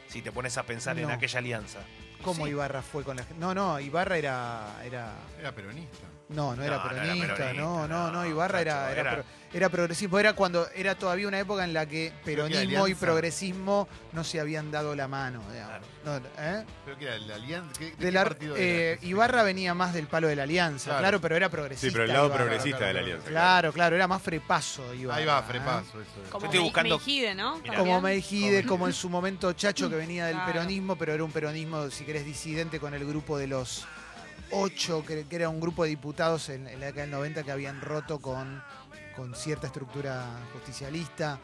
Speaker 4: si te pones a pensar en
Speaker 1: No.
Speaker 4: aquella alianza.
Speaker 1: ¿Cómo
Speaker 4: Sí.
Speaker 1: Ibarra fue con la gente? No, no, Ibarra era. era
Speaker 5: Era peronista.
Speaker 1: no, no era
Speaker 4: No, no era
Speaker 1: peronista,
Speaker 4: peronista,
Speaker 1: no, no, no,
Speaker 4: no,
Speaker 1: Ibarra era,
Speaker 4: Nacho,
Speaker 1: era,
Speaker 4: era-
Speaker 1: pro- era progresismo. Era cuando era todavía una época en la que peronismo y
Speaker 5: Alianza.
Speaker 1: progresismo no se habían dado la mano. digamos. No, ¿eh?
Speaker 5: Creo que era el Alianza. ¿qué- ¿De,
Speaker 1: De
Speaker 5: qué
Speaker 1: la-
Speaker 5: partido
Speaker 1: eh,
Speaker 5: era?
Speaker 1: Ibarra venía más del palo de la alianza, claro,
Speaker 5: Claro.
Speaker 1: pero era progresista.
Speaker 3: Sí, pero el lado
Speaker 1: Ibarra.
Speaker 3: progresista
Speaker 5: claro,
Speaker 3: de la
Speaker 5: claro.
Speaker 3: alianza.
Speaker 1: Claro, claro, era más frepazo Ibarra.
Speaker 5: Ahí va,
Speaker 1: ¿eh?
Speaker 5: frepazo, eso. es.
Speaker 2: Como
Speaker 4: Yo estoy
Speaker 2: Me-
Speaker 4: buscando-
Speaker 2: Mejide, ¿no?
Speaker 4: Mirá.
Speaker 2: También.
Speaker 1: Como Meijide, como en su momento Chacho, que venía del
Speaker 2: Claro.
Speaker 1: peronismo, pero era un peronismo, si querés, disidente con el grupo de los ocho, que, que era un grupo de diputados en, en la década del 90 que habían roto con, con cierta estructura justicialista.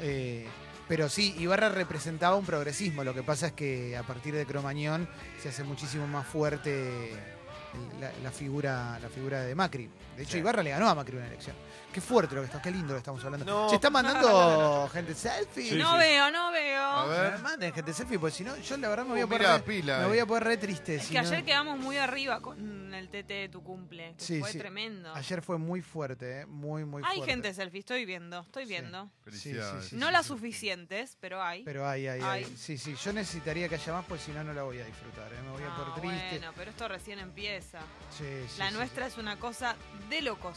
Speaker 1: Eh, pero sí, Ibarra representaba un progresismo. Lo que pasa es que a partir de Cromañón se hace muchísimo más fuerte el- la, la figura, la figura de Macri. De hecho,
Speaker 4: Sí.
Speaker 1: Ibarra le ganó a Macri una elección. Qué fuerte lo que está, qué lindo lo que estamos hablando.
Speaker 4: No.
Speaker 1: Se está mandando gente selfie.
Speaker 3: Sí, ¿Eh?
Speaker 2: no
Speaker 3: sí.
Speaker 2: veo, no veo.
Speaker 5: A
Speaker 1: No
Speaker 5: ver.
Speaker 1: me manden gente selfie, porque si no, yo la verdad me voy
Speaker 3: Uh,
Speaker 1: a
Speaker 5: Oh,
Speaker 1: poner.
Speaker 5: mira,
Speaker 1: re-
Speaker 5: pila,
Speaker 1: me
Speaker 5: eh.
Speaker 1: voy a poner re triste.
Speaker 2: Es
Speaker 1: si
Speaker 2: que
Speaker 1: no-
Speaker 2: ayer quedamos muy arriba con el TT de tu cumple. que
Speaker 1: Sí,
Speaker 2: fue
Speaker 1: sí.
Speaker 2: tremendo.
Speaker 1: Ayer fue muy fuerte, eh, muy, muy
Speaker 2: Hay
Speaker 1: fuerte.
Speaker 2: gente selfie, estoy viendo, estoy viendo.
Speaker 5: Felicidades.
Speaker 1: Sí, sí,
Speaker 2: no las suficientes, pero hay.
Speaker 1: Pero ay, ay, ay.
Speaker 2: Ay.
Speaker 1: Sí, sí, yo necesitaría que haya más, porque si no, no la voy a disfrutar. eh, Me voy a
Speaker 2: Ah,
Speaker 1: poner triste.
Speaker 2: bueno, pero esto recién empieza.
Speaker 1: Sí, sí,
Speaker 2: La
Speaker 1: sí,
Speaker 2: nuestra es una cosa de locos.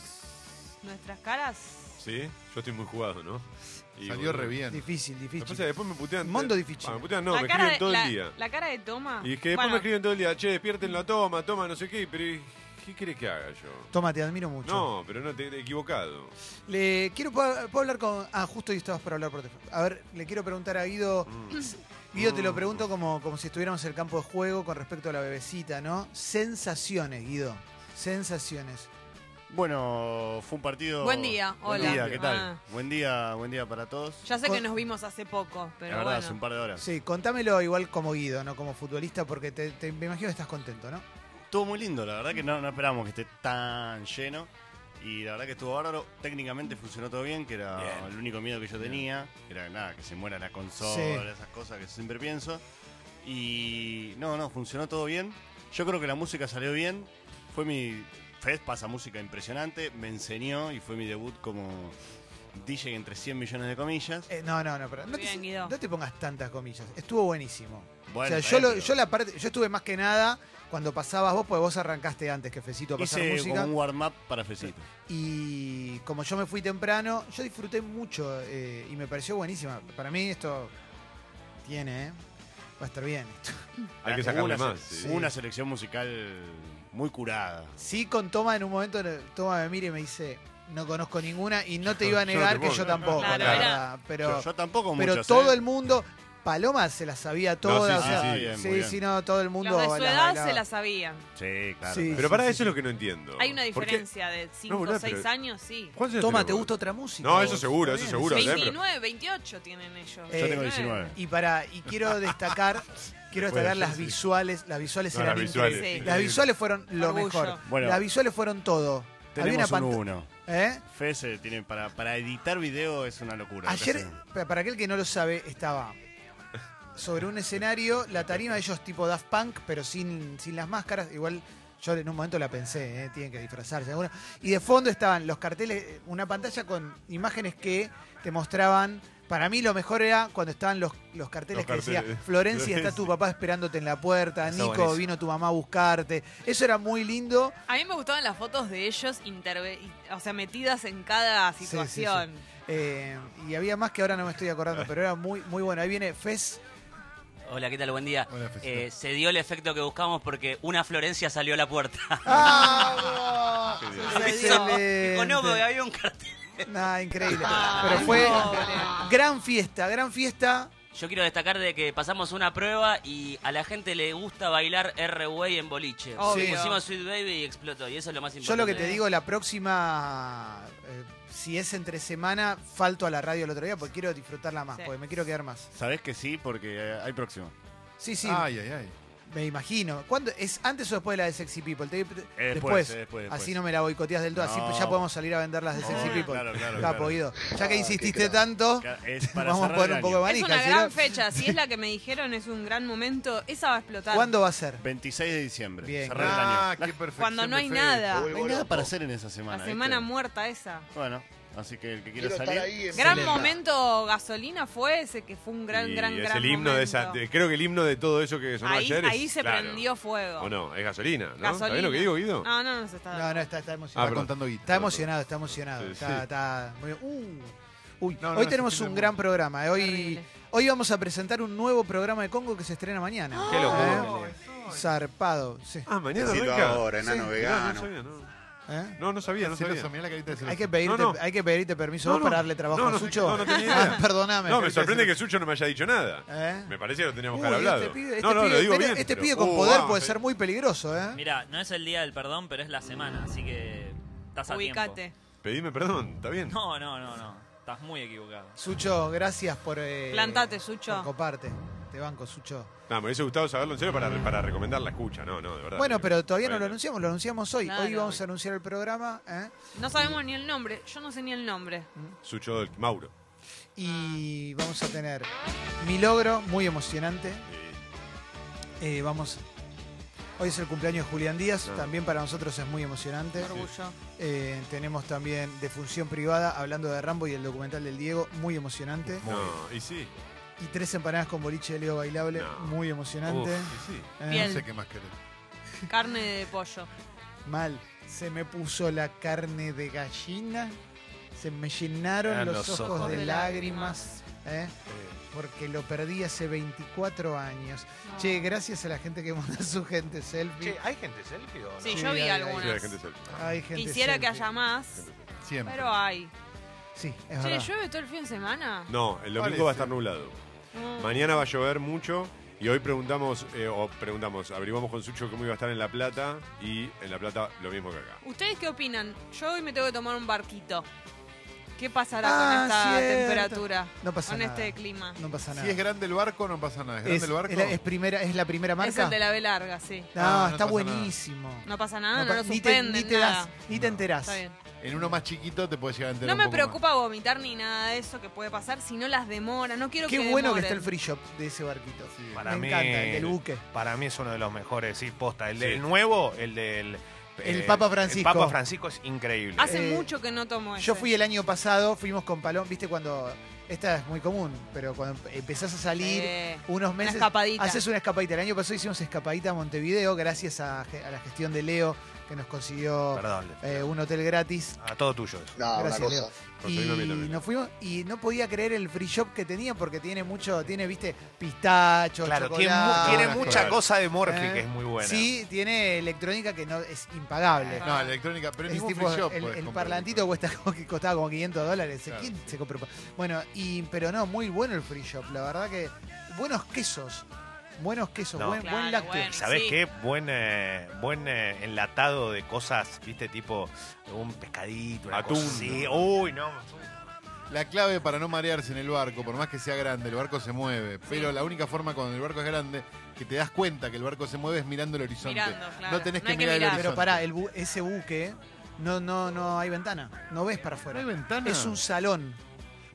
Speaker 2: Nuestras caras.
Speaker 3: Sí, yo estoy muy jugado, ¿no? Y,
Speaker 5: Salió
Speaker 3: bueno,
Speaker 5: re
Speaker 1: sí.
Speaker 5: bien.
Speaker 1: Difícil,
Speaker 3: lo que pasa es que
Speaker 1: difícil.
Speaker 3: después me putean.
Speaker 1: Mondo difícil.
Speaker 3: Ah, me putean, no,
Speaker 2: la
Speaker 3: me
Speaker 2: cara
Speaker 3: escriben
Speaker 2: de,
Speaker 3: todo
Speaker 2: la,
Speaker 3: el día.
Speaker 2: la cara de Toma.
Speaker 3: Y es que después
Speaker 2: Bueno,
Speaker 3: me escriben todo el día, che, despiértenlo, toma, toma, no sé qué, pero ¿y ¿qué crees que haga yo?
Speaker 1: Toma, te admiro mucho.
Speaker 3: No, pero no te he equivocado.
Speaker 1: Le quiero puedo, puedo hablar con. Ah, justo hoy estabas para hablar por teléfono. A ver, le quiero preguntar a Guido.
Speaker 3: Mm.
Speaker 1: Guido, te lo pregunto como, como si estuviéramos en el campo de juego con respecto a la bebecita, ¿no? Sensaciones, Guido. Sensaciones.
Speaker 7: Bueno, fue un partido.
Speaker 2: Buen día,
Speaker 7: Buen
Speaker 2: hola.
Speaker 7: día, ¿qué tal?
Speaker 2: Ah.
Speaker 7: Buen día, buen día para todos.
Speaker 2: Ya sé que
Speaker 1: Con-
Speaker 2: nos vimos hace poco, pero
Speaker 7: la verdad, hace un
Speaker 2: bueno.
Speaker 7: par de horas.
Speaker 1: Sí, contámelo igual como Guido, no como futbolista, porque te, te- me imagino que estás contento, ¿no?
Speaker 7: Estuvo muy lindo, la verdad que no, no esperábamos que esté tan lleno. Y la verdad que estuvo bárbaro. Técnicamente funcionó todo bien, que era
Speaker 3: Bien.
Speaker 7: el único miedo que yo tenía. Era nada, que se muera la consola,
Speaker 1: Sí.
Speaker 7: esas cosas que siempre pienso. Y no, no, funcionó todo bien. Yo creo que la música salió bien. Fue mi. Fez pasa música impresionante, me enseñó y fue mi debut como DJ entre 100 millones de comillas.
Speaker 1: Eh, no, no, no, pero no
Speaker 2: Muy bien,
Speaker 1: te,
Speaker 2: Guido.
Speaker 1: no te pongas tantas comillas. Estuvo buenísimo. o
Speaker 7: Bueno,
Speaker 1: sea,
Speaker 7: está
Speaker 1: yo,
Speaker 7: bien,
Speaker 1: lo-
Speaker 7: pero-
Speaker 1: yo la parte, yo estuve más que nada cuando pasabas vos, porque vos arrancaste antes que Fecito a pasar
Speaker 7: Hice
Speaker 1: música.
Speaker 7: como un warm-up para Fecito.
Speaker 1: Y como yo me fui temprano, yo disfruté mucho eh, y me pareció buenísima. Para mí esto tiene, ¿eh? Va a estar bien.
Speaker 3: Hay que
Speaker 7: Hubo
Speaker 3: sacarle
Speaker 7: Ah, una se-
Speaker 3: más. sí.
Speaker 7: Hubo una selección musical muy curada.
Speaker 1: Sí, con Toma en un momento, Toma me mira y me dice, no conozco ninguna y no te iba a
Speaker 3: Yo no te
Speaker 1: negar que
Speaker 3: puedo
Speaker 1: yo
Speaker 3: creer.
Speaker 1: tampoco,
Speaker 2: Claro,
Speaker 1: la
Speaker 2: era-
Speaker 1: verdad. Pero,
Speaker 7: yo, yo tampoco
Speaker 1: pero
Speaker 7: muchas,
Speaker 1: todo
Speaker 7: ¿eh?
Speaker 1: el mundo, Paloma se la sabía
Speaker 3: No,
Speaker 1: toda.
Speaker 3: sí,
Speaker 1: o
Speaker 3: sí,
Speaker 1: sea,
Speaker 7: Ah,
Speaker 3: sí.
Speaker 7: bien,
Speaker 1: Sí,
Speaker 7: muy bien.
Speaker 1: sí, no, todo el mundo.
Speaker 2: Los de su
Speaker 1: la
Speaker 2: edad
Speaker 1: bailaba.
Speaker 2: se la sabían.
Speaker 7: Sí, claro.
Speaker 1: Sí.
Speaker 3: Pero para eso es lo que no entiendo.
Speaker 2: Hay una
Speaker 3: ¿Por qué?
Speaker 2: diferencia de 5 o
Speaker 3: boludo,
Speaker 2: 6
Speaker 3: pero-
Speaker 2: años, sí.
Speaker 3: ¿Cuántos años tenemos?
Speaker 1: Toma, ¿te gusta otra música?
Speaker 3: No, eso
Speaker 1: Está
Speaker 3: seguro, eso
Speaker 1: bien,
Speaker 3: seguro,
Speaker 1: sí.
Speaker 3: ¿eh? pero-
Speaker 2: 29, 28 tienen ellos.
Speaker 1: Eh,
Speaker 7: Yo tengo 19.
Speaker 1: Y para y quiero destacar, quiero
Speaker 3: Después
Speaker 1: destacar
Speaker 3: de-
Speaker 1: las visuales, las visuales
Speaker 3: No,
Speaker 1: eran
Speaker 3: las
Speaker 1: increíbles.
Speaker 3: visuales.
Speaker 2: increíbles.
Speaker 1: Las visuales fueron lo
Speaker 2: Orgullo.
Speaker 1: mejor.
Speaker 7: Bueno.
Speaker 1: las visuales fueron todo. Había una
Speaker 7: Tenemos un
Speaker 1: pantalla,
Speaker 7: uno.
Speaker 1: ¿eh?
Speaker 7: Fez eh, tiene para, para editar video es una locura.
Speaker 1: Ayer,
Speaker 7: Entonces,
Speaker 1: pa- para aquel que no lo sabe, estaba sobre un escenario, la tarima de ellos tipo Daft Punk, pero sin, sin las máscaras. Igual yo en un momento la pensé, ¿eh? tienen que disfrazarse. alguna. Y de fondo estaban los carteles, eh, una pantalla con imágenes que te mostraban. Para mí lo mejor era cuando estaban los, los carteles
Speaker 3: Los
Speaker 1: que decía,
Speaker 3: carteles.
Speaker 1: Florencia, está tu papá esperándote en la puerta,
Speaker 4: Está
Speaker 1: Nico,
Speaker 4: buenísimo.
Speaker 1: vino tu mamá a buscarte. Eso era muy lindo.
Speaker 2: A mí me gustaban las fotos de ellos interve- y- o sea, metidas en cada
Speaker 1: Sí, sí, sí.
Speaker 2: situación.
Speaker 1: Eh, y había más que ahora no me estoy acordando, pero era muy, muy bueno. Ahí viene Fez.
Speaker 8: Hola, ¿qué tal? Buen día.
Speaker 5: Hola, Fecito.
Speaker 8: Eh, se dio el efecto que buscamos porque una Florencia salió a la puerta.
Speaker 1: ¡Vamos!
Speaker 8: Se dio. Dijo, no, porque había un cartel.
Speaker 1: Nah, increíble.
Speaker 2: ¿eh? Ah,
Speaker 1: Pero fue
Speaker 2: no.
Speaker 1: gran fiesta, gran fiesta.
Speaker 8: Yo quiero destacar de que pasamos una prueba y a la gente le gusta bailar R-Way en boliche.
Speaker 2: Obvio.
Speaker 8: Sí. Pusimos Sweet Baby y explotó, y eso es lo más importante.
Speaker 1: Yo lo que te digo, la próxima, eh, si es entre semana, falto a la radio el otro día porque quiero disfrutarla más,
Speaker 2: Sí.
Speaker 1: porque me quiero quedar más.
Speaker 7: Sabés que sí, porque eh, hay próximo.
Speaker 1: Sí, sí,
Speaker 5: Ay, ay, Ah, ay.
Speaker 1: me imagino. ¿Cuándo, ¿Es antes o después de la de Sexy People? Te-
Speaker 7: eh,
Speaker 1: después,
Speaker 7: después,
Speaker 1: Así
Speaker 7: después.
Speaker 1: no me la boicoteas del todo,
Speaker 7: No.
Speaker 1: así ya podemos salir a vender las de
Speaker 7: Oh,
Speaker 1: Sexy People.
Speaker 7: Claro, claro,
Speaker 1: Capo,
Speaker 7: claro.
Speaker 1: Guido. Ya que insististe tanto,
Speaker 7: Ca- Es para
Speaker 1: vamos a
Speaker 7: cerrar
Speaker 1: poner
Speaker 7: el
Speaker 1: un poco de
Speaker 7: año.
Speaker 2: Es
Speaker 1: manija.
Speaker 2: una
Speaker 1: si
Speaker 2: gran
Speaker 1: no-
Speaker 2: fecha. Si es la que me dijeron, es un gran momento. Esa va a explotar.
Speaker 1: ¿Cuándo va a ser?
Speaker 7: 26 de diciembre.
Speaker 1: Bien.
Speaker 7: Cerrar el año.
Speaker 5: Ah, qué
Speaker 7: No
Speaker 5: perfección
Speaker 2: Cuando no
Speaker 5: de
Speaker 2: hay
Speaker 5: Fede.
Speaker 2: nada.
Speaker 7: hay nada para hacer en esa semana.
Speaker 2: La semana
Speaker 7: ¿viste?
Speaker 2: muerta esa.
Speaker 7: Bueno, Así que el que quiera
Speaker 9: Quiero estar
Speaker 7: salir.
Speaker 9: ahí en
Speaker 2: Gran
Speaker 9: Selena.
Speaker 2: momento gasolina fue ese, que fue un gran,
Speaker 3: Y
Speaker 2: gran,
Speaker 3: es
Speaker 2: gran
Speaker 3: el himno de esa.
Speaker 2: momento.
Speaker 3: de- creo que el himno de todo eso que sonó
Speaker 2: Ahí,
Speaker 3: ayer es.
Speaker 2: ahí se
Speaker 3: claro.
Speaker 2: prendió fuego.
Speaker 3: O no, es gasolina, ¿no?
Speaker 2: Gasolina. Ah.
Speaker 3: ¿Sabés lo que digo, Guido?
Speaker 2: No, no, no se está
Speaker 1: No, no, está, está
Speaker 3: Ah,
Speaker 1: emocionado.
Speaker 5: Está
Speaker 3: perdón.
Speaker 5: contando guita.
Speaker 1: Está emocionado, está emocionado.
Speaker 3: Sí,
Speaker 1: está,
Speaker 3: sí.
Speaker 1: está muy bien. Uh, uy,
Speaker 5: No, no,
Speaker 1: hoy
Speaker 5: no,
Speaker 1: tenemos
Speaker 5: sí,
Speaker 1: un
Speaker 5: tenemos.
Speaker 1: gran programa. eh. Hoy,
Speaker 2: Terrible.
Speaker 1: hoy vamos a presentar un nuevo programa de Congo que se estrena mañana.
Speaker 3: Qué locura.
Speaker 1: ¿Eh? Zarpado. sí.
Speaker 3: Ah, mañana
Speaker 9: Decilo
Speaker 3: arranca.
Speaker 9: ahora, enano
Speaker 3: Mirá,
Speaker 9: vegano.
Speaker 3: No sabía, no.
Speaker 1: ¿Eh?
Speaker 3: No, no sabía, no sabía.
Speaker 5: Celoso, mirá la carita de celoso.
Speaker 1: Hay que pedirte,
Speaker 3: No, no.
Speaker 1: Hay que pedirte permiso
Speaker 3: No,
Speaker 1: vos
Speaker 3: no.
Speaker 1: para darle trabajo
Speaker 3: No,
Speaker 1: a
Speaker 3: no,
Speaker 1: Sucho.
Speaker 3: no, no tenía idea.
Speaker 1: Ah, perdóname.
Speaker 3: No, me sorprende que Sucho no me haya dicho nada.
Speaker 1: ¿Eh?
Speaker 3: Me parece que lo teníamos que
Speaker 1: Uy,
Speaker 3: haber hablado.
Speaker 1: Este pibe,
Speaker 3: no,
Speaker 1: este
Speaker 3: no,
Speaker 1: pibe-
Speaker 3: lo digo
Speaker 1: pero
Speaker 3: bien.
Speaker 1: este
Speaker 3: pero-
Speaker 1: pibe con
Speaker 3: Uh,
Speaker 1: poder
Speaker 3: ah,
Speaker 1: puede
Speaker 3: sí.
Speaker 1: ser muy peligroso, ¿eh?
Speaker 10: Mira, no es el día del perdón, pero es la semana, así que estás a
Speaker 2: Ubicate.
Speaker 10: tiempo.
Speaker 3: Pedime perdón, ¿está bien?
Speaker 10: No, no, no, no. Estás muy equivocado.
Speaker 1: Sucho, gracias por. eh,
Speaker 2: Plantate, Sucho.
Speaker 1: Por coparte. Te banco, Sucho.
Speaker 3: No, me hubiese gustado saberlo en serio para, para recomendar la escucha. No, no, de verdad.
Speaker 1: Bueno, pero todavía no lo
Speaker 3: Bueno.
Speaker 1: anunciamos, lo anunciamos hoy.
Speaker 2: Claro.
Speaker 1: Hoy vamos a anunciar el programa. ¿eh?
Speaker 2: No sabemos ni el nombre. Yo no sé ni el nombre.
Speaker 3: Sucho del Mauro.
Speaker 1: Y
Speaker 2: Ah.
Speaker 1: vamos a tener mi logro, muy emocionante. Eh, vamos. Hoy es el cumpleaños de Julián Díaz,
Speaker 3: Claro.
Speaker 1: también para nosotros es muy emocionante.
Speaker 2: Orgullo.
Speaker 1: Eh, tenemos también de función privada, hablando de Rambo y el documental del Diego, muy emocionante.
Speaker 3: No, y sí.
Speaker 1: Y tres empanadas con boliche de Leo Bailable,
Speaker 3: No.
Speaker 1: muy emocionante.
Speaker 3: Y sí.
Speaker 1: Eh,
Speaker 2: Bien.
Speaker 5: No sé qué más querés.
Speaker 2: Carne de pollo.
Speaker 1: Mal, se me puso la carne de gallina, se me llenaron
Speaker 4: Eran
Speaker 1: los,
Speaker 4: los
Speaker 1: ojos,
Speaker 2: ojos
Speaker 1: de,
Speaker 2: de
Speaker 1: lágrimas, ¿eh? porque lo perdí hace 24 años.
Speaker 2: Ah.
Speaker 1: Che, gracias a la gente que manda su gente selfie.
Speaker 4: Che, ¿hay gente selfie o no?
Speaker 2: Sí,
Speaker 1: Sí,
Speaker 2: yo vi
Speaker 1: hay- hay-
Speaker 3: Sí,
Speaker 2: algunas.
Speaker 3: la gente se-
Speaker 1: Hay gente
Speaker 2: Quisiera que
Speaker 1: selfie.
Speaker 2: haya más,
Speaker 5: Siempre.
Speaker 2: pero
Speaker 1: ah,
Speaker 2: hay.
Speaker 1: Sí, es
Speaker 2: Che,
Speaker 1: verdad.
Speaker 2: ¿llueve todo el fin de semana?
Speaker 3: No, el domingo
Speaker 5: Parece.
Speaker 3: va a estar nublado.
Speaker 2: No.
Speaker 3: Mañana va a llover mucho y hoy preguntamos, eh, o preguntamos, averiguamos con Sucho cómo iba a estar en La Plata y en La Plata lo mismo que acá.
Speaker 2: ¿Ustedes qué opinan? Yo hoy me tengo que tomar un barquito. ¿Qué pasará
Speaker 1: Ah,
Speaker 2: con esta
Speaker 1: cierto.
Speaker 2: temperatura?
Speaker 1: No pasa
Speaker 2: con
Speaker 1: nada.
Speaker 2: este clima.
Speaker 1: No pasa nada.
Speaker 5: Si es grande el barco, no pasa nada. ¿Es grande
Speaker 1: Es-
Speaker 5: el barco?
Speaker 1: es la, es primera, ¿Es la primera marca?
Speaker 2: Es el de la B larga, sí.
Speaker 1: No,
Speaker 5: Ah, no
Speaker 1: está
Speaker 5: pasa
Speaker 1: buenísimo.
Speaker 2: No pasa nada, no,
Speaker 1: pa-
Speaker 2: lo
Speaker 1: ni te,
Speaker 2: suspenden,
Speaker 1: ni te
Speaker 2: nada.
Speaker 1: das, ni te enterás.
Speaker 2: Está bien.
Speaker 5: En uno más chiquito te puedes llegar a
Speaker 2: No
Speaker 5: enterar.
Speaker 2: me
Speaker 5: un poco más.
Speaker 2: preocupa vomitar ni nada de eso que puede pasar, si no las demora. No quiero
Speaker 1: Qué
Speaker 2: que
Speaker 1: bueno que
Speaker 2: demoren.
Speaker 1: está el free shop de ese barquito.
Speaker 4: Para
Speaker 1: me
Speaker 4: mí-
Speaker 1: encanta, el del buque.
Speaker 4: Para mí es uno de los mejores, sí, posta. El,
Speaker 3: Sí.
Speaker 4: el nuevo, el del...
Speaker 1: El
Speaker 4: eh,
Speaker 1: Papa Francisco.
Speaker 4: El Papa Francisco es increíble.
Speaker 2: Hace
Speaker 1: Eh,
Speaker 2: mucho que no tomo eso.
Speaker 1: Yo fui el año pasado, fuimos con Palón, viste cuando. Esta es muy común, pero cuando empezás a salir
Speaker 2: Eh,
Speaker 1: unos meses.
Speaker 2: escapadita.
Speaker 1: Haces una escapadita. El año pasado hicimos escapadita a Montevideo, gracias a, ge- a la gestión de Leo, que nos consiguió
Speaker 4: Perdón.
Speaker 1: eh, un hotel gratis.
Speaker 4: A todo tuyo eso.
Speaker 9: No, una
Speaker 1: Gracias,
Speaker 9: cosa.
Speaker 1: Leo.
Speaker 3: Conseguime a mí
Speaker 1: Y
Speaker 3: también.
Speaker 1: nos fuimos y no podía creer el free shop que tenía porque tiene mucho, tiene, viste, pistachos,
Speaker 4: Claro, tiene, mu-
Speaker 1: chocolate.
Speaker 4: tiene
Speaker 5: Chocolate.
Speaker 4: mucha cosa de Morphy
Speaker 1: Eh,
Speaker 4: que es muy buena.
Speaker 1: Sí, tiene electrónica que no es impagable.
Speaker 5: No, la electrónica, pero en
Speaker 1: Es
Speaker 5: ningún
Speaker 1: tipo,
Speaker 5: free shop
Speaker 1: el,
Speaker 4: pues,
Speaker 5: podés
Speaker 1: el
Speaker 5: comprar
Speaker 1: parlantito
Speaker 5: electrónica.
Speaker 1: cuesta como que costaba como 500 dólares.
Speaker 5: Claro.
Speaker 1: ¿Quién se compra un pa- Bueno, y, pero no, muy bueno el free shop. La verdad que buenos quesos. Buenos quesos,
Speaker 4: No.
Speaker 1: buen,
Speaker 2: Claro,
Speaker 1: buen lácteo.
Speaker 2: bueno.
Speaker 4: ¿Sabés
Speaker 2: Sí.
Speaker 4: qué? Buen, eh, buen eh, enlatado de cosas, viste, tipo un pescadito, una
Speaker 3: Atún.
Speaker 4: cosa así. Uy, no.
Speaker 5: La clave para no marearse en el barco, por más que sea grande, el barco se mueve. Pero la única forma cuando el barco es grande, que te das cuenta que el barco se mueve es mirando el horizonte.
Speaker 2: Mirando, claro.
Speaker 5: No tenés
Speaker 2: No
Speaker 5: que
Speaker 2: hay que
Speaker 5: mirar el
Speaker 2: mirar.
Speaker 1: Pero
Speaker 5: horizonte.
Speaker 1: pará, el bu- ese buque no, no, no hay ventana. No ves para
Speaker 5: ¿No
Speaker 1: afuera.
Speaker 5: hay ventana?
Speaker 1: es un salón.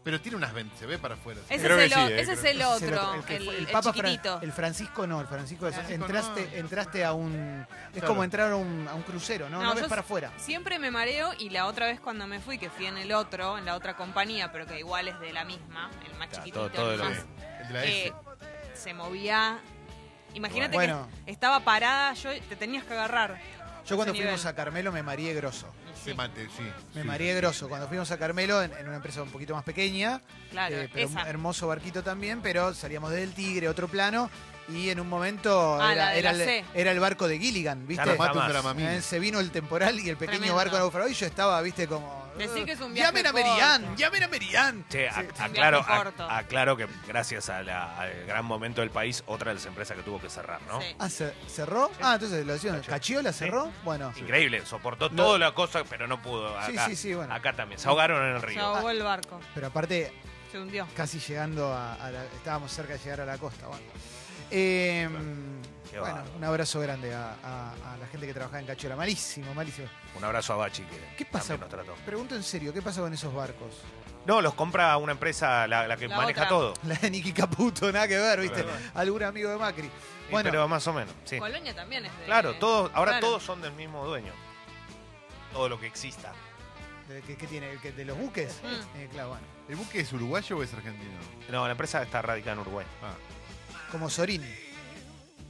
Speaker 5: Pero tiene unas ventanas, se ve para afuera.
Speaker 2: Ese
Speaker 3: Creo
Speaker 2: es
Speaker 3: que
Speaker 2: el, o-
Speaker 3: sí, eh,
Speaker 2: ese
Speaker 3: creo
Speaker 2: es
Speaker 3: que
Speaker 2: el otro, el,
Speaker 1: que fue-
Speaker 2: el
Speaker 1: Papa Fran-
Speaker 2: chiquitito.
Speaker 1: el Francisco no, el Francisco es-
Speaker 5: Francisco
Speaker 1: entraste,
Speaker 5: no.
Speaker 1: entraste a un. Es
Speaker 5: Claro.
Speaker 1: como entrar a un, a un crucero, ¿no? No,
Speaker 2: No,
Speaker 1: ves
Speaker 2: yo
Speaker 1: para afuera.
Speaker 2: Siempre me mareo y la otra vez cuando me fui, que fui en el otro, en la otra compañía, pero que igual es de la misma, el más
Speaker 4: Claro,
Speaker 2: chiquitito,
Speaker 4: todo- todo
Speaker 2: el
Speaker 4: lo
Speaker 2: más,
Speaker 4: mismo.
Speaker 5: El de la
Speaker 2: eh,
Speaker 5: E, S.
Speaker 2: se movía. Imagínate
Speaker 1: Bueno.
Speaker 2: que estaba parada, yo te tenías que agarrar.
Speaker 1: Yo cuando
Speaker 2: nivel.
Speaker 1: fuimos a Carmelo me mareé grosso.
Speaker 5: Se mate, sí.
Speaker 1: Me
Speaker 5: sí.
Speaker 1: mareé grosso. Cuando fuimos a Carmelo, en, en una empresa un poquito más pequeña,
Speaker 2: Claro,
Speaker 1: eh, pero un
Speaker 2: esa.
Speaker 1: hermoso barquito también, pero salíamos del Tigre, otro plano, y en un momento
Speaker 2: Ah, la
Speaker 1: era,
Speaker 2: de
Speaker 1: era
Speaker 2: la
Speaker 1: el,
Speaker 2: C.
Speaker 1: era el barco de Gilligan, ¿viste?
Speaker 4: Claro,
Speaker 5: Tomate un
Speaker 4: Jamás.
Speaker 5: dramamine.
Speaker 1: Eh, se vino el temporal y el pequeño
Speaker 2: Tremendo.
Speaker 1: barco naufragó y yo estaba, viste, como...
Speaker 2: Decí que es un
Speaker 1: llamen
Speaker 2: viaje
Speaker 1: a Merian,
Speaker 2: corto".
Speaker 1: llamen a Merian.
Speaker 4: Che, a-
Speaker 2: viaje
Speaker 4: aclaro, a-
Speaker 2: corto.
Speaker 4: aclaro que gracias a la- al gran momento del país, otra de las empresas que tuvo que cerrar, ¿no?
Speaker 2: Sí.
Speaker 1: Ah, ¿se- ¿cerró? Ah, entonces lo decían, ¿Cachiola cerró? Bueno.
Speaker 4: Increíble, soportó
Speaker 1: No.
Speaker 4: toda la cosa, pero no pudo.
Speaker 1: Sí,
Speaker 4: Acá,
Speaker 1: sí, sí, bueno.
Speaker 4: acá también. Se ahogaron en el
Speaker 2: Se
Speaker 4: río.
Speaker 2: ahogó el barco,
Speaker 1: Pero aparte,
Speaker 2: se hundió.
Speaker 1: casi llegando a, a la- estábamos cerca de llegar a la costa. Bueno, Eh,
Speaker 4: Qué
Speaker 1: bueno,
Speaker 4: bárbaro.
Speaker 1: un abrazo grande a, a- a la gente que trabajaba en Cachola. Malísimo, malísimo.
Speaker 4: Un abrazo a Bachi que
Speaker 1: ¿Qué pasa?
Speaker 4: también nos trató.
Speaker 1: Pregunto en serio, ¿qué pasa con esos barcos?
Speaker 4: No, los compra una empresa, la, la que
Speaker 2: La
Speaker 4: maneja
Speaker 2: otra.
Speaker 4: todo.
Speaker 1: La de Niki Caputo, nada que ver, ¿viste? Algún amigo de Macri.
Speaker 4: Sí,
Speaker 1: Bueno,
Speaker 4: Pero más o menos, sí.
Speaker 2: Colonia también es de...
Speaker 4: Claro, todos, ahora
Speaker 2: Claro.
Speaker 4: todos son del mismo dueño. Todo lo que exista.
Speaker 1: ¿De ¿Qué, qué tiene? ¿El que- de los buques?
Speaker 2: Mm.
Speaker 1: Eh, claro, bueno.
Speaker 5: ¿El buque es uruguayo o es argentino?
Speaker 4: No, la empresa está radicada en Uruguay.
Speaker 5: Ah,
Speaker 1: Como Sorín.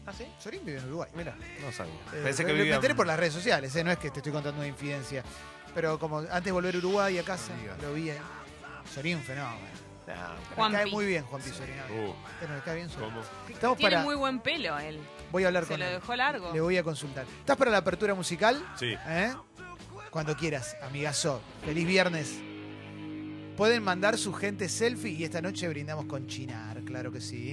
Speaker 4: ¿Ah, sí?
Speaker 1: Sorín vive en Uruguay.
Speaker 4: Mira, no sabía.
Speaker 1: Eh,
Speaker 4: Pensé que
Speaker 1: me
Speaker 4: vivía.
Speaker 1: enteré por las redes sociales, eh, no es que te estoy contando una infidencia. Pero como antes de volver a Uruguay a casa,
Speaker 5: No digas.
Speaker 1: lo vi ahí. Sorín, un fenómeno.
Speaker 4: Nah,
Speaker 1: Me cae
Speaker 2: Juanpi.
Speaker 1: muy bien Juan Pizorín.
Speaker 3: Uh,
Speaker 1: Pero me cae bien Sorín.
Speaker 3: ¿cómo?
Speaker 1: Estamos
Speaker 2: Tiene
Speaker 1: para.
Speaker 2: muy buen pelo él.
Speaker 1: Voy a hablar
Speaker 2: Se
Speaker 1: con
Speaker 2: lo
Speaker 1: él.
Speaker 2: dejó largo.
Speaker 1: Le voy a consultar. ¿Estás para la apertura musical?
Speaker 3: Sí.
Speaker 1: ¿Eh? Cuando quieras, amigazo. Feliz viernes. Pueden mandar su gente selfie y esta noche brindamos con Chinar, claro que sí.